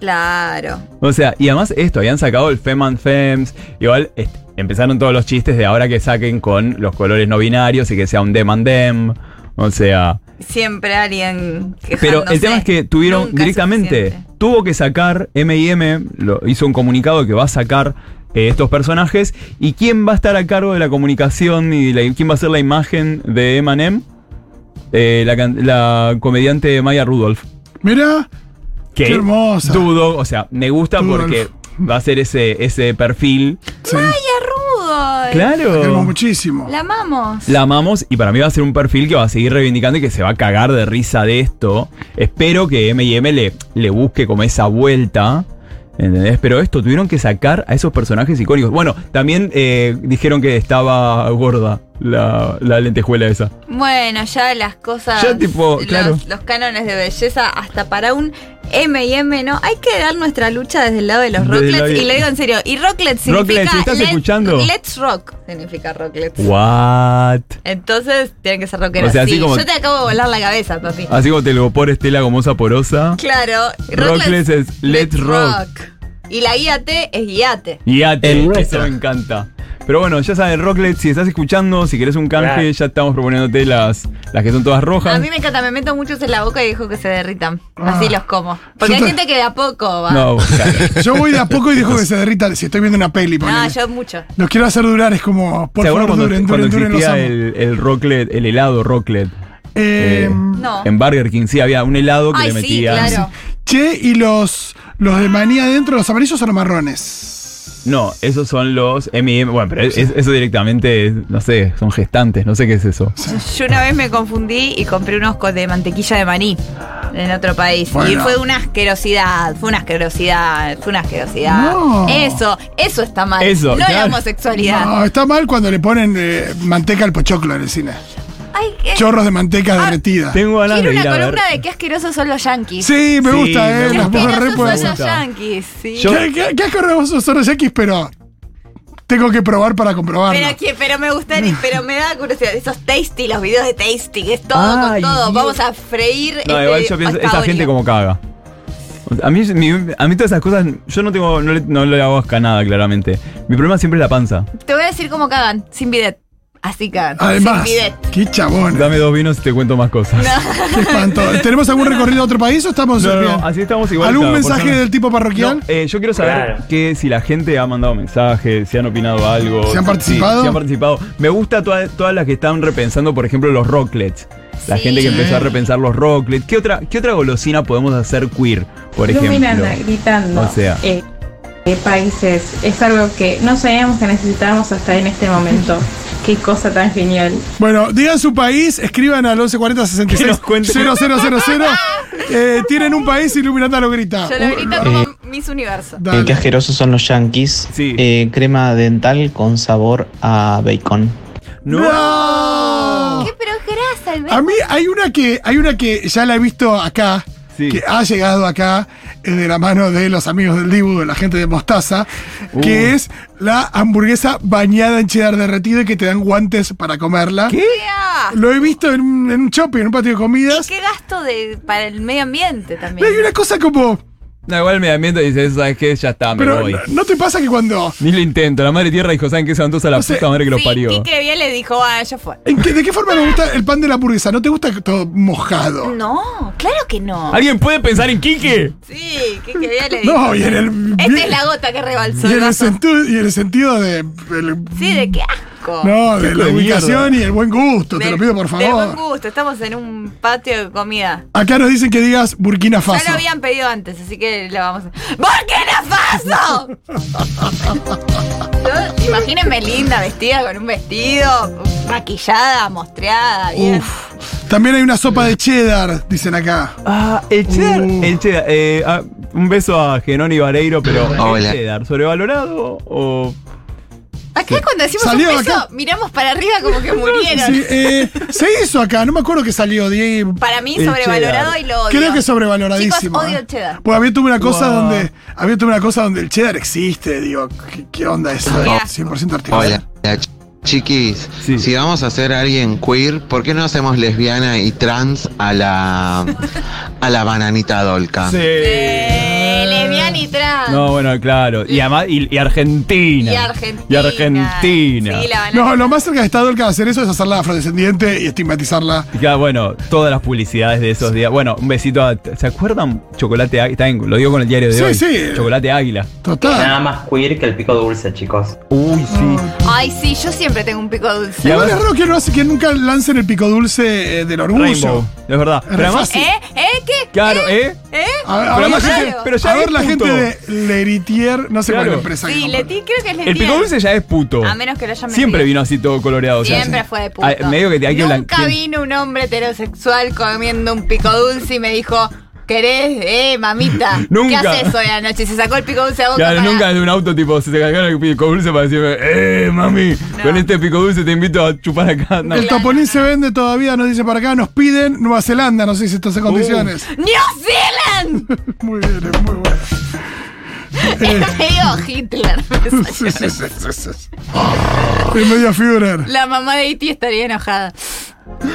Speaker 3: Claro.
Speaker 4: O sea, y además esto, habían sacado el Fem and Fems. Igual est- empezaron todos los chistes de ahora que saquen con los colores no binarios y que sea un Dem and Dem. O sea.
Speaker 3: Siempre alguien quejándose.
Speaker 4: Pero el tema es que tuvieron
Speaker 3: Nunca es
Speaker 4: directamente.
Speaker 3: suficiente.
Speaker 4: Tuvo que sacar MM, lo- hizo un comunicado que va a sacar eh, estos personajes. ¿Y quién va a estar a cargo de la comunicación y la- quién va a ser la imagen de Emanem? Eh, la, can- la comediante Maya Rudolph.
Speaker 2: Mirá,
Speaker 4: que
Speaker 2: Qué hermosa.
Speaker 4: Dudo, o sea, me gusta
Speaker 2: Dudo,
Speaker 4: porque
Speaker 2: Alf.
Speaker 4: va a ser ese, ese perfil.
Speaker 2: Sí.
Speaker 3: Rudo! eh.
Speaker 2: La queremos
Speaker 4: Claro.
Speaker 2: muchísimo.
Speaker 3: La amamos.
Speaker 4: La amamos y para mí va a ser un perfil que va a seguir reivindicando y que se va a cagar de risa de esto. Espero que M&M le, le busque como esa vuelta. ¿Entendés? Pero esto tuvieron que sacar a esos personajes icónicos. Bueno, también eh, dijeron que estaba gorda la, la lentejuela esa.
Speaker 3: Bueno, ya las cosas.
Speaker 4: Ya, tipo,
Speaker 3: los,
Speaker 4: claro.
Speaker 3: los cánones de belleza, hasta para un M y M, ¿no? Hay que dar nuestra lucha desde el lado de los
Speaker 4: Desde el
Speaker 3: Rocklets.
Speaker 4: lado de-
Speaker 3: Y lo digo en serio. Y Rocklets
Speaker 4: Rocklets,
Speaker 3: significa.
Speaker 4: si estás escuchando.
Speaker 3: Let's rock significa Rocklets.
Speaker 4: What?
Speaker 3: Entonces, tienen que ser rockeros.
Speaker 4: O sea, así
Speaker 3: sí,
Speaker 4: como-
Speaker 3: yo te acabo de volar la cabeza, papi.
Speaker 4: Así como te lo por Estela Gomosa Porosa.
Speaker 3: Claro.
Speaker 4: Rocklets es Let's Rock.
Speaker 3: Y la guíate es guíate.
Speaker 4: Y Ate,
Speaker 5: En
Speaker 4: eso
Speaker 5: nuestra.
Speaker 4: me encanta. Pero bueno, ya saben, Rocklet, si estás escuchando, si querés un canje, ya estamos proponiéndote las, las que son todas rojas.
Speaker 3: A mí me encanta, me meto muchos en la boca y dejo que se derritan. Así
Speaker 2: Ah.
Speaker 3: los como. Porque hay
Speaker 2: Yo te-
Speaker 3: gente que de a poco va.
Speaker 4: No,
Speaker 2: Yo voy de a poco y dejo que se derrita si estoy viendo una peli.
Speaker 3: No,
Speaker 2: ponele.
Speaker 3: yo mucho.
Speaker 2: Los quiero hacer durar, es como, por
Speaker 4: seguro
Speaker 2: favor,
Speaker 4: cuando,
Speaker 2: duren,
Speaker 4: cuando
Speaker 2: duren, duren, los
Speaker 4: existía
Speaker 2: amo.
Speaker 4: el, el Rocklet, el helado Rocklet.
Speaker 2: Eh,
Speaker 4: eh,
Speaker 3: No.
Speaker 4: En Burger King sí había un helado que
Speaker 3: Ay,
Speaker 4: le
Speaker 3: sí,
Speaker 4: metías.
Speaker 3: claro.
Speaker 2: Che, ¿y los, los de manía adentro, los amarillos o los marrones?
Speaker 4: No, esos son los M&M. Bueno, pero es- eso directamente, es- no sé, son gestantes, no sé qué es eso.
Speaker 3: Yo una vez me confundí y compré unos co- de mantequilla de maní en otro país. Y
Speaker 2: Bueno.
Speaker 3: fue una asquerosidad, fue una asquerosidad, fue una asquerosidad.
Speaker 2: No.
Speaker 3: Eso, eso está mal.
Speaker 4: Eso,
Speaker 3: no la
Speaker 4: claro.
Speaker 3: homosexualidad.
Speaker 2: No, está mal cuando le ponen eh, manteca al pochoclo en el cine.
Speaker 3: Ay, eh,
Speaker 2: Chorros de manteca derretida.
Speaker 4: Tengo ganas
Speaker 3: quiero
Speaker 4: de ir
Speaker 3: una
Speaker 4: a ver.
Speaker 3: columna de qué asquerosos son los yankees.
Speaker 2: Sí, me gusta,
Speaker 4: Sí, me
Speaker 2: eh.
Speaker 4: gusta.
Speaker 2: Las
Speaker 3: qué
Speaker 2: voces re
Speaker 3: asquerosos
Speaker 2: pueden-
Speaker 3: son los
Speaker 4: gustar.
Speaker 3: yankees, sí.
Speaker 4: Yo-
Speaker 2: ¿Qué, qué, qué asquerosos son los yanquis, pero tengo que probar para comprobarlo.
Speaker 3: pero, que- pero me gustaría, pero me da curiosidad. Esos tasty, los videos de tasty, que es todo
Speaker 4: Ay,
Speaker 3: con todo.
Speaker 4: Dios.
Speaker 3: Vamos a freír.
Speaker 4: No,
Speaker 3: este
Speaker 4: igual yo pienso, esa
Speaker 3: pasta
Speaker 4: gente
Speaker 3: boloñesa.
Speaker 4: como caga. A mí, mi- a mí todas esas cosas, yo no tengo, no le, no le hago asca a nada, claramente. Mi problema siempre es la panza.
Speaker 3: Te voy a decir cómo cagan, sin bidet. Así cagan.
Speaker 2: Además,
Speaker 3: sin bidet.
Speaker 2: qué chabón.
Speaker 4: Dame dos vinos y te cuento más cosas.
Speaker 2: Qué espanto. ¿Tenemos algún recorrido a otro país o estamos
Speaker 4: No, no,
Speaker 2: bien?
Speaker 4: así estamos igual.
Speaker 2: ¿Algún
Speaker 4: cada
Speaker 2: mensaje
Speaker 4: persona.
Speaker 2: del tipo parroquial?
Speaker 4: No, eh, yo quiero saber
Speaker 5: Claro.
Speaker 4: que si la gente ha mandado mensajes, si han opinado algo.
Speaker 2: ¿Si han
Speaker 4: si-
Speaker 2: participado?
Speaker 4: si han participado. Me gusta toda- todas las que están repensando, por ejemplo, los rocklets. La
Speaker 3: Sí.
Speaker 4: gente que empezó a
Speaker 2: Sí.
Speaker 4: repensar los rocklets. ¿Qué otra, ¿Qué otra golosina podemos hacer queer, por
Speaker 6: Yo,
Speaker 4: ejemplo?
Speaker 6: Miranda, gritando.
Speaker 4: O sea.
Speaker 6: eh, eh, países. Es algo que no sabíamos que necesitábamos hasta en este momento. Qué cosa tan genial.
Speaker 2: Bueno, digan su país, escriban al 1140
Speaker 4: Que nos
Speaker 2: 66
Speaker 4: cuenten.
Speaker 2: 0000. Eh, tienen un país y Lu Miranda lo grita.
Speaker 3: Yo lo grito
Speaker 2: Uh,
Speaker 3: como Miss Universo.
Speaker 2: dale.
Speaker 7: Eh, qué asquerosos son los yankees.
Speaker 4: Sí.
Speaker 7: Eh, crema dental con sabor a bacon.
Speaker 4: No.
Speaker 2: ¡No!
Speaker 3: ¿Qué? Pero es grasa el
Speaker 2: A mí hay una que hay una que ya la he visto acá,
Speaker 4: Sí.
Speaker 2: que ha llegado acá eh, de la mano de los amigos del Dibu, de la gente de Mostaza, que
Speaker 4: Uh.
Speaker 2: es la hamburguesa bañada en cheddar derretido y que te dan guantes para comerla.
Speaker 4: ¿Qué?
Speaker 3: bestia.
Speaker 2: Lo he visto en un, en un shopping, en un patio de comidas.
Speaker 3: ¿Qué gasto de, para el medio ambiente también?
Speaker 2: Hay una cosa como,
Speaker 4: No, igual el medio ambiente dice, ¿sabes qué? Ya está, me
Speaker 2: pero
Speaker 4: voy.
Speaker 2: ¿no- ¿no te pasa que cuando
Speaker 4: Ni lo intento. La madre tierra dijo, ¿saben qué? Se van todos a la
Speaker 2: No sé.
Speaker 4: puta madre que los
Speaker 3: sí,
Speaker 4: parió.
Speaker 3: Quique bien le dijo, ah, ya fue.
Speaker 2: ¿En qué- ¿De qué forma le gusta el pan de la hamburguesa? ¿No te gusta todo mojado?
Speaker 3: No, claro que no.
Speaker 4: ¿Alguien puede pensar en Quique?
Speaker 3: Sí, Quique bien le dijo.
Speaker 2: Ah. No, y en el.
Speaker 3: Esta Este es la gota que rebalsó
Speaker 2: y
Speaker 3: el
Speaker 2: en el,
Speaker 3: vaso.
Speaker 2: sentu- y en el sentido de. el-
Speaker 3: Sí, de qué asco.
Speaker 2: no, de la
Speaker 4: de
Speaker 2: ubicación y el buen gusto, te
Speaker 3: Del-
Speaker 2: lo pido por
Speaker 3: Del buen
Speaker 2: favor.
Speaker 3: gusto, estamos en un patio de comida.
Speaker 2: Acá nos dicen que digas Burkina
Speaker 3: Ya
Speaker 2: Faso.
Speaker 3: lo habían pedido antes, así que la vamos a. ¡Burkina Faso! Yo- Imagínense linda, vestida con un vestido, maquillada, mostreada, bien.
Speaker 2: Uf. También hay una sopa de cheddar, dicen acá.
Speaker 4: Ah, el cheddar.
Speaker 2: Uh.
Speaker 4: El cheddar. eh, ah, un beso a Genoni Vareiro, pero
Speaker 8: Hola.
Speaker 4: el cheddar, ¿sobrevalorado o...?
Speaker 3: Acá cuando decimos
Speaker 2: Salió
Speaker 3: un beso,
Speaker 2: acá.
Speaker 3: miramos para arriba como que murieron.
Speaker 2: Sí, eh, se hizo acá, no me acuerdo que salió, Diego.
Speaker 3: Para mí,
Speaker 4: El
Speaker 3: sobrevalorado
Speaker 4: cheddar.
Speaker 3: y lo odio.
Speaker 2: Eh, Creo que es sobrevaloradísimo.
Speaker 3: Chicos, odio
Speaker 2: ¿eh?
Speaker 3: el cheddar.
Speaker 2: Pues había tuve una cosa
Speaker 4: Wow.
Speaker 2: donde. Había tuve una cosa donde el cheddar existe, digo, ¿qué, qué onda eso?
Speaker 3: Qué
Speaker 2: eh?
Speaker 3: asco.
Speaker 2: 100% artificial.
Speaker 8: Hola, ch- chiquis.
Speaker 4: Sí.
Speaker 8: Si vamos a hacer a alguien queer, ¿por qué no hacemos lesbiana y trans a la a la bananita
Speaker 2: Ah.
Speaker 8: dolca?
Speaker 3: Eh, lesbiana y trans.
Speaker 4: No, bueno, claro. Y además, y, y Argentina.
Speaker 3: Y Argentina.
Speaker 4: Y Argentina.
Speaker 3: Sí, la banana.
Speaker 2: No, lo más cerca de Estado el que va a hacer eso es hacerla afrodescendiente y estigmatizarla.
Speaker 4: Y claro, bueno, todas las publicidades de esos días. Bueno, un besito a... ¿Se acuerdan? Chocolate Águila. Está en- Lo digo con el diario de
Speaker 2: Sí,
Speaker 4: hoy.
Speaker 2: sí.
Speaker 4: Chocolate Águila.
Speaker 2: Total.
Speaker 5: Nada más queer que el pico dulce, chicos.
Speaker 4: Uy, sí.
Speaker 3: Ay, sí, yo siempre tengo un pico dulce.
Speaker 4: Y
Speaker 2: Igual
Speaker 4: ahora-
Speaker 2: es raro que, no hace, que nunca lancen el pico dulce eh, del orgullo.
Speaker 4: Rainbow. Es verdad. Pero además...
Speaker 2: fácil.
Speaker 3: ¿Eh? ¿Eh? ¿Qué?
Speaker 4: Claro, ¿eh?
Speaker 3: ¿Eh?
Speaker 2: A ver, a ver,
Speaker 4: Pero
Speaker 2: la
Speaker 4: además ya-
Speaker 2: gente-
Speaker 4: pero ya
Speaker 2: a ver
Speaker 4: es
Speaker 2: la
Speaker 4: puto.
Speaker 2: gente de Leritier, no sé cuál es la
Speaker 4: Claro.
Speaker 2: empresa. que
Speaker 3: Sí,
Speaker 2: compra.
Speaker 3: Leti, creo que es Leti.
Speaker 4: El pico dulce ya es puto.
Speaker 3: A menos que lo llamen
Speaker 4: Siempre
Speaker 3: bien.
Speaker 4: vino así todo coloreado. o sea,
Speaker 3: Siempre
Speaker 4: sí.
Speaker 3: fue de puto.
Speaker 4: Ay, medio que te hay que
Speaker 3: Nunca
Speaker 4: blanquear.
Speaker 3: vino un hombre heterosexual comiendo un pico dulce y me dijo, ¿querés? Eh, mamita.
Speaker 4: Nunca.
Speaker 3: ¿Qué haces hoy anoche? Y Se sacó el pico dulce de boca
Speaker 4: Claro,
Speaker 3: para-
Speaker 4: nunca de un auto tipo se te cagaron el pico dulce para decirme, eh, mami, con este pico dulce te invito a chupar acá. No.
Speaker 2: El toponín se vende todavía, nos dice por acá, nos piden Nueva Zelanda, no sé si
Speaker 4: Uh.
Speaker 2: estás en condiciones.
Speaker 3: ¡New Zealand!
Speaker 2: Muy bien, es muy bueno.
Speaker 3: Es medio Hitler.
Speaker 2: Sí, sí, sí, sí, sí. Es medio Führer.
Speaker 3: La mamá de Iti estaría enojada.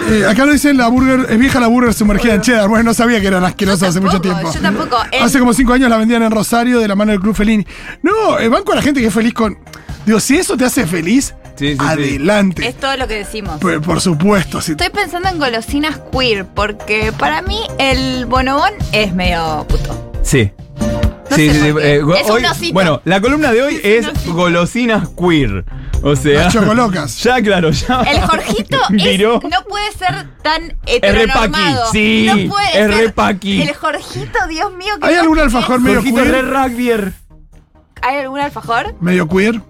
Speaker 2: Eh, acá nos dicen la burger, es vieja la burger sumergida en cheddar. Bueno, no sabía que eran asquerosas
Speaker 3: Yo
Speaker 2: hace mucho
Speaker 3: tampoco,
Speaker 2: tiempo.
Speaker 3: yo tampoco. En-
Speaker 2: Hace como cinco años la vendían en Rosario de la mano del Club Felini. No, el banco a la gente que es feliz con. Digo, si eso te hace feliz,
Speaker 4: Sí, sí, sí.
Speaker 2: adelante.
Speaker 3: Es todo lo que decimos.
Speaker 2: Por, por supuesto, si
Speaker 3: Estoy pensando en golosinas queer, porque para mí el bonobón es medio puto.
Speaker 4: Sí.
Speaker 3: No
Speaker 4: sí,
Speaker 3: sé
Speaker 4: sí, sí. eh,
Speaker 3: por qué.
Speaker 4: go-
Speaker 3: Es un
Speaker 4: hoy-
Speaker 3: osito.
Speaker 4: bueno, la columna de hoy es
Speaker 3: osito.
Speaker 4: golosinas queer. O sea,
Speaker 2: las chocolocas.
Speaker 4: ya claro, ya.
Speaker 3: El Jorgito es-
Speaker 4: viró.
Speaker 3: no puede ser tan
Speaker 4: re
Speaker 3: heteronormado.
Speaker 4: paqui, sí,
Speaker 3: no puede
Speaker 4: es re
Speaker 3: ser-
Speaker 4: paqui.
Speaker 3: El Jorgito, Dios mío. que
Speaker 2: ¿Hay
Speaker 3: no-
Speaker 2: algún alfajor medio
Speaker 4: Jorgito re er.
Speaker 2: queer?
Speaker 4: rugbyer.
Speaker 3: ¿Hay algún alfajor?
Speaker 2: Medio queer.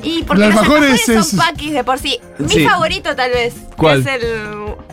Speaker 3: Y porque
Speaker 2: El
Speaker 3: los
Speaker 2: alfajor
Speaker 3: alfajores
Speaker 2: es-
Speaker 3: son
Speaker 2: es-
Speaker 3: paquis de por sí. Mi
Speaker 4: Sí.
Speaker 3: favorito tal vez
Speaker 4: ¿Cuál?
Speaker 3: es el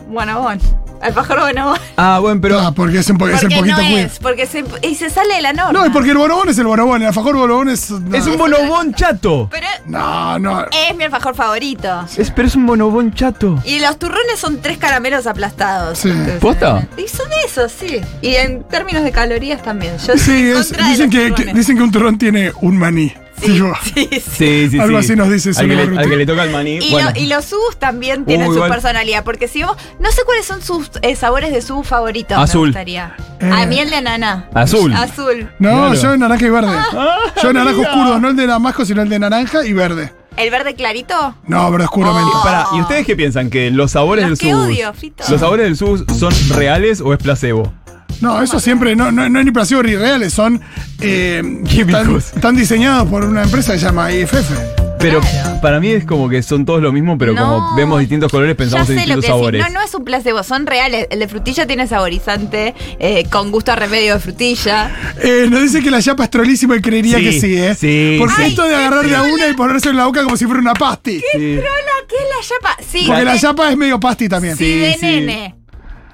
Speaker 3: bonobón. Alfajor bonobón.
Speaker 4: Ah, bueno, pero.
Speaker 2: Ah, porque es un, po- es
Speaker 3: Porque
Speaker 2: un poquito
Speaker 3: no
Speaker 2: queer.
Speaker 3: es, porque se, y se sale de la norma.
Speaker 2: No, y porque el bonobón es el bonobón, el alfajor bonobón es. No,
Speaker 4: es un bonobón chato.
Speaker 3: Pero
Speaker 2: no. no.
Speaker 3: es mi alfajor favorito.
Speaker 4: Es, pero es un bonobón chato.
Speaker 3: Y los turrones son tres caramelos aplastados.
Speaker 2: Sí.
Speaker 3: Entonces,
Speaker 4: ¿Posta?
Speaker 3: Y son esos, sí. Y en términos de calorías también. Yo estoy
Speaker 2: Sí,
Speaker 3: en
Speaker 2: es-
Speaker 3: contra de
Speaker 2: dicen,
Speaker 3: los
Speaker 2: que, que-
Speaker 3: turrones.
Speaker 2: dicen que un turrón tiene un maní. Digo,
Speaker 3: Sí, sí.
Speaker 4: Sí, sí,
Speaker 2: Algo
Speaker 4: sí.
Speaker 2: así nos dice
Speaker 4: Al que,
Speaker 2: Sonia
Speaker 4: le,
Speaker 2: Barruti.
Speaker 4: al que le toca el maní.
Speaker 3: Y,
Speaker 4: bueno.
Speaker 3: lo- y los subs también tienen
Speaker 4: Uh,
Speaker 3: su
Speaker 4: igual.
Speaker 3: personalidad, porque si vos, no sé cuáles son sus eh, sabores de su favoritos. Me
Speaker 4: Azul.
Speaker 3: gustaría.
Speaker 2: Eh.
Speaker 3: A mí el de ananá.
Speaker 4: Azul.
Speaker 3: Azul.
Speaker 2: No,
Speaker 4: Claro.
Speaker 2: yo naranja y verde.
Speaker 4: Ah,
Speaker 2: Yo naranja
Speaker 4: mira.
Speaker 2: oscuro, no el de damasco, sino el de naranja y verde.
Speaker 3: ¿El verde clarito?
Speaker 2: No, pero oscuro
Speaker 3: Oh.
Speaker 2: menta.
Speaker 4: Pará, ¿y ustedes qué piensan? ¿Que los sabores
Speaker 3: Los
Speaker 4: del
Speaker 3: que
Speaker 4: sus.
Speaker 3: odio, Fito.
Speaker 4: ¿Los sabores del sus son reales o es placebo?
Speaker 2: No, eso siempre, no, no, no es ni placebo ni reales, son. eh, están,
Speaker 4: Químicos.
Speaker 2: están diseñados por una empresa que se llama IFF.
Speaker 4: Pero
Speaker 3: Claro.
Speaker 4: para mí es como que son todos lo mismo, pero
Speaker 3: No.
Speaker 4: como vemos distintos colores, pensamos
Speaker 3: ya
Speaker 4: en
Speaker 3: sé lo
Speaker 4: distintos
Speaker 3: que
Speaker 4: sabores.
Speaker 3: decís. No, no es un placebo, son reales. El de frutilla tiene saborizante eh, con gusto a remedio de frutilla.
Speaker 2: Eh, nos dice que la chapa es trolísima y creería
Speaker 4: Sí,
Speaker 2: que sí, ¿eh?
Speaker 4: sí,
Speaker 2: Porque
Speaker 4: sí.
Speaker 2: esto de agarrar de a una y ponerse en la boca como si fuera una pasti.
Speaker 4: Sí.
Speaker 3: Hola, ¿qué es la yapa? Sí,
Speaker 2: Porque la
Speaker 3: de-
Speaker 2: chapa es medio pasti también.
Speaker 3: Si de
Speaker 4: sí.
Speaker 3: nene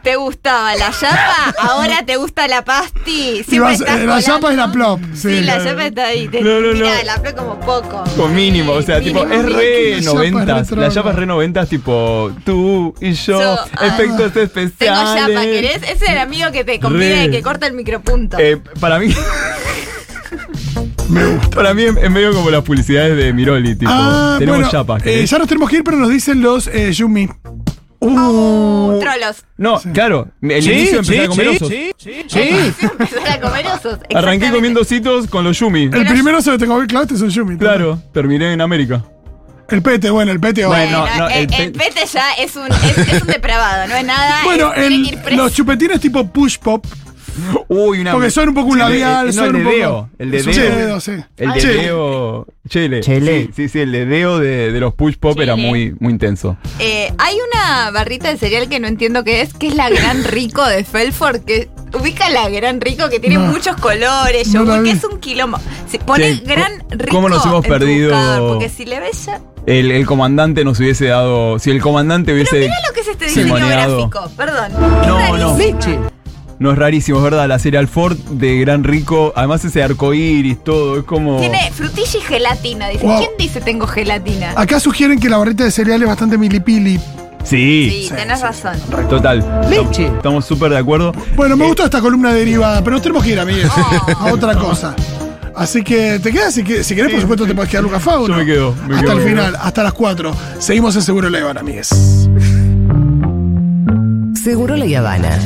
Speaker 3: te gustaba la yapa, ahora te gusta la pasti. Siempre
Speaker 2: Y vas-
Speaker 3: estás
Speaker 2: eh, la
Speaker 3: colando.
Speaker 2: yapa es la plop, sí.
Speaker 3: Sí, la yapa está ahí. Te,
Speaker 4: No, no,
Speaker 3: mira,
Speaker 4: no.
Speaker 3: la plop como poco.
Speaker 4: Con mínimo, o sea,
Speaker 3: Mínimo,
Speaker 4: tipo, es
Speaker 3: mínimo.
Speaker 4: re
Speaker 2: La chapa es
Speaker 4: noventas.
Speaker 2: retro,
Speaker 4: La
Speaker 2: ¿no?
Speaker 4: chapa es re noventas, tipo, tú y yo,
Speaker 3: Yo, ah,
Speaker 4: efectos especiales.
Speaker 3: Tengo yapa, ¿querés? Ese es el amigo que te conviene
Speaker 4: eh. Re.
Speaker 3: que corta el micropunto.
Speaker 4: Eh, para mí,
Speaker 2: Me gusta.
Speaker 4: para mí es es medio como las publicidades de Miroli, tipo,
Speaker 2: Ah,
Speaker 4: tenemos
Speaker 2: bueno,
Speaker 4: chapas.
Speaker 2: eh,
Speaker 4: ¿querés?
Speaker 2: ya nos tenemos que ir, pero nos dicen los eh, Yumi.
Speaker 3: Uh, trolos.
Speaker 4: No, claro, el inicio empecé a comer osos.
Speaker 3: Empezar a comer osos.
Speaker 4: Arranqué
Speaker 3: Exactamente.
Speaker 4: comiendo ositos con los yumi.
Speaker 2: El primero se lo tengo que claro, es un Yumi.
Speaker 4: Claro, terminé en América.
Speaker 2: El pete, bueno, el pete.
Speaker 4: Bueno,
Speaker 3: Bueno,
Speaker 4: no,
Speaker 3: el,
Speaker 4: el
Speaker 3: el pete ya es un, es, es un depravado, no es nada.
Speaker 2: Bueno,
Speaker 3: es- tiene
Speaker 2: el-
Speaker 3: que ir preso.
Speaker 2: los chupetines tipo push pop,
Speaker 4: Uy, una
Speaker 2: porque son un poco un
Speaker 4: Sí, el de-
Speaker 2: labial,
Speaker 4: no,
Speaker 2: son
Speaker 4: el
Speaker 2: un
Speaker 4: de
Speaker 2: poco.
Speaker 4: Deo, el de
Speaker 2: Sí,
Speaker 4: Deo.
Speaker 2: Deo, sí.
Speaker 4: El
Speaker 2: Ah, sí.
Speaker 4: dedeo. Chele.
Speaker 1: Chele.
Speaker 4: Sí, sí, sí, el dedeo de, de los push pop era
Speaker 3: Chele.
Speaker 4: muy, muy intenso.
Speaker 3: Eh, hay una barrita de cereal que no entiendo qué es, que es la Gran Rico de Felford, que ubica la Gran Rico que tiene
Speaker 2: No.
Speaker 3: muchos colores,
Speaker 2: No la
Speaker 3: yogur,
Speaker 2: vi.
Speaker 3: que es un quilombo. Si pones
Speaker 4: Che,
Speaker 3: Gran
Speaker 4: ¿cómo
Speaker 3: Rico
Speaker 4: nos hemos
Speaker 3: en tu
Speaker 4: perdido?
Speaker 3: buscador, porque si le ves ya...
Speaker 4: El, el comandante nos hubiese dado. Si el comandante hubiese.
Speaker 3: Mirá lo que es este diseño
Speaker 4: Simoneado.
Speaker 3: gráfico, perdón.
Speaker 4: No,
Speaker 3: es
Speaker 4: no.
Speaker 3: rarísimo.
Speaker 1: Leche.
Speaker 4: No es rarísimo, es verdad. La cereal Ford de Gran Rico. Además, ese arco iris, todo. Es como.
Speaker 3: Tiene frutilla y gelatina. Dice,
Speaker 2: Wow.
Speaker 3: ¿quién dice tengo gelatina?
Speaker 2: Acá sugieren que la barrita de cereal es bastante milipili.
Speaker 4: Sí,
Speaker 3: sí, tenés razón.
Speaker 4: total.
Speaker 1: Leche.
Speaker 4: Estamos súper de acuerdo.
Speaker 2: Bueno, me gustó esta columna derivada, pero nos tenemos que ir, amigues,
Speaker 3: Oh.
Speaker 2: a otra cosa. Así que te quedas, si, que- si querés, por supuesto, te puedes quedar Lucas Fauno.
Speaker 4: Yo me quedo, me
Speaker 2: hasta
Speaker 4: quedo.
Speaker 2: el final, hasta las 4. Seguimos en Seguro Levan, amigues.
Speaker 1: Seguro la Habana.